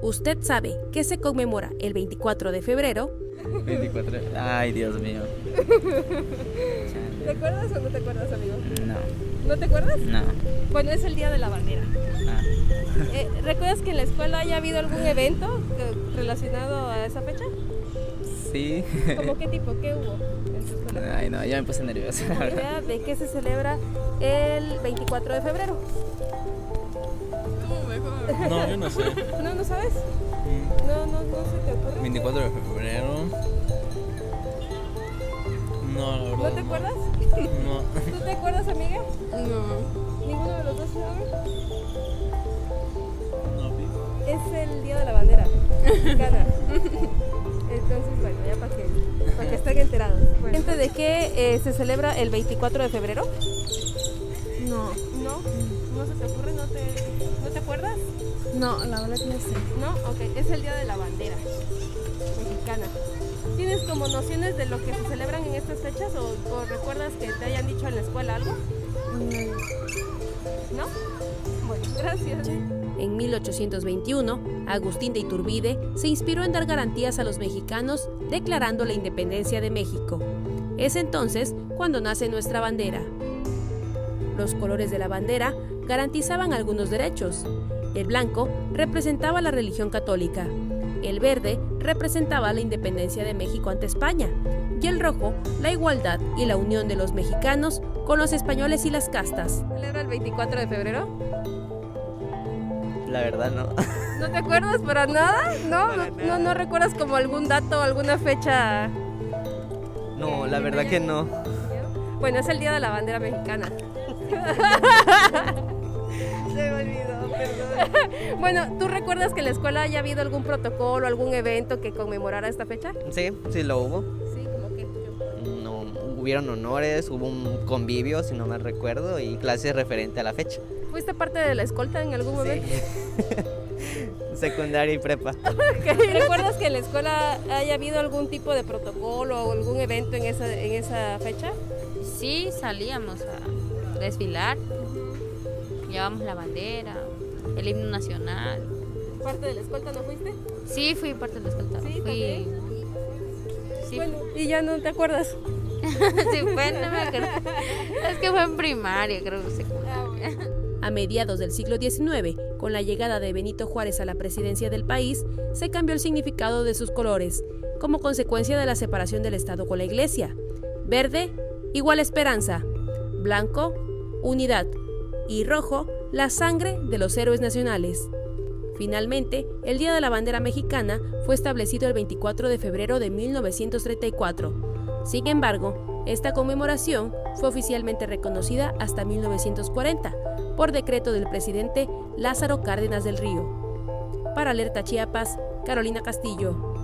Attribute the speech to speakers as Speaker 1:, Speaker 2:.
Speaker 1: ¿Usted sabe qué se conmemora el 24 de febrero?
Speaker 2: 24. Ay, Dios mío.
Speaker 3: ¿Te acuerdas o no te acuerdas, amigo?
Speaker 2: No,
Speaker 3: ¿No te acuerdas?
Speaker 2: no.
Speaker 3: Bueno, es el día de la bandera.
Speaker 2: Ah,
Speaker 3: Eh, ¿Recuerdas que en la escuela haya habido algún evento que- relacionado a esa fecha?
Speaker 2: sí.
Speaker 3: ¿Cómo qué tipo? ¿Qué hubo en tu escuela?
Speaker 2: Ay, no, ya me puse nerviosa, la verdad.
Speaker 3: Idea ¿De qué se celebra el 24 de febrero?
Speaker 4: No, yo no sé.
Speaker 3: ¿No, no sabes?
Speaker 4: Mm,
Speaker 3: No, no, no se te ocurre.
Speaker 4: 24 de febrero. No, la verdad.
Speaker 3: ¿No te acuerdas?
Speaker 4: No.
Speaker 3: ¿Tú te acuerdas, amiga?
Speaker 5: No.
Speaker 3: Ninguno de los dos sabe.
Speaker 4: No, vi.
Speaker 3: Es el día de la bandera. Gana. Entonces, bueno, ya para que, para que estén enterados. Gente, ¿de qué eh, se celebra el 24 de febrero?
Speaker 5: No.
Speaker 3: No, no se te ocurre, no te, no te acuerdas.
Speaker 5: No, la verdad que no sé.
Speaker 3: No, ok, es el día de la bandera mexicana. ¿Tienes como nociones de lo que se celebran en estas fechas o, o recuerdas que te hayan dicho en la escuela algo? ¿No? Bueno, gracias.
Speaker 1: En 1821, Agustín de Iturbide se inspiró en dar garantías a los mexicanos declarando la independencia de México. Es entonces cuando nace nuestra bandera. Los colores de la bandera garantizaban algunos derechos. El blanco representaba la religión católica, el verde representaba la independencia de México ante España y el rojo la igualdad y la unión de los mexicanos con los españoles y las castas.
Speaker 3: ¿Celebra el 24 de febrero?
Speaker 2: La verdad, no.
Speaker 3: ¿No te acuerdas para nada? ¿No? ¿No, no, no recuerdas como algún dato, alguna fecha?
Speaker 2: No, la verdad que no.
Speaker 3: Bueno, es el día de la bandera mexicana. Se me olvidó, perdón. Bueno, ¿tú recuerdas que en la escuela haya habido algún protocolo, algún evento que conmemorara esta fecha?
Speaker 2: Sí, sí lo hubo.
Speaker 3: Sí, como que.
Speaker 2: No, hubieron honores, hubo un convivio, si no mal recuerdo, y clases referente a la fecha.
Speaker 3: ¿Fuiste parte de la escolta en algún
Speaker 2: Sí.
Speaker 3: momento?
Speaker 2: Secundaria y prepa.
Speaker 3: ¿Recuerdas que en la escuela haya habido algún tipo de protocolo o algún evento en esa, en esa fecha?
Speaker 6: Sí, salíamos a desfilar. Llevamos la bandera, el himno nacional.
Speaker 3: ¿Parte de la escolta no fuiste?
Speaker 6: Sí, fui parte de la escolta.
Speaker 3: Sí,
Speaker 6: fui-
Speaker 3: también.
Speaker 6: sí,
Speaker 3: Bueno, y ya no te acuerdas.
Speaker 6: sí, fue, no me acuerdo. Es que fue en primaria, creo que secundaria.
Speaker 1: A mediados del siglo XIX, con la llegada de Benito Juárez a la presidencia del país, se cambió el significado de sus colores, como consecuencia de la separación del Estado con la Iglesia. Verde, igual esperanza. Blanco, unidad. Y rojo, la sangre de los héroes nacionales. Finalmente, el Día de la Bandera Mexicana fue establecido el 24 de febrero de 1934. Sin embargo, esta conmemoración fue oficialmente reconocida hasta 1940 por decreto del presidente Lázaro Cárdenas del Río. Para Alerta Chiapas, Carolina Castillo.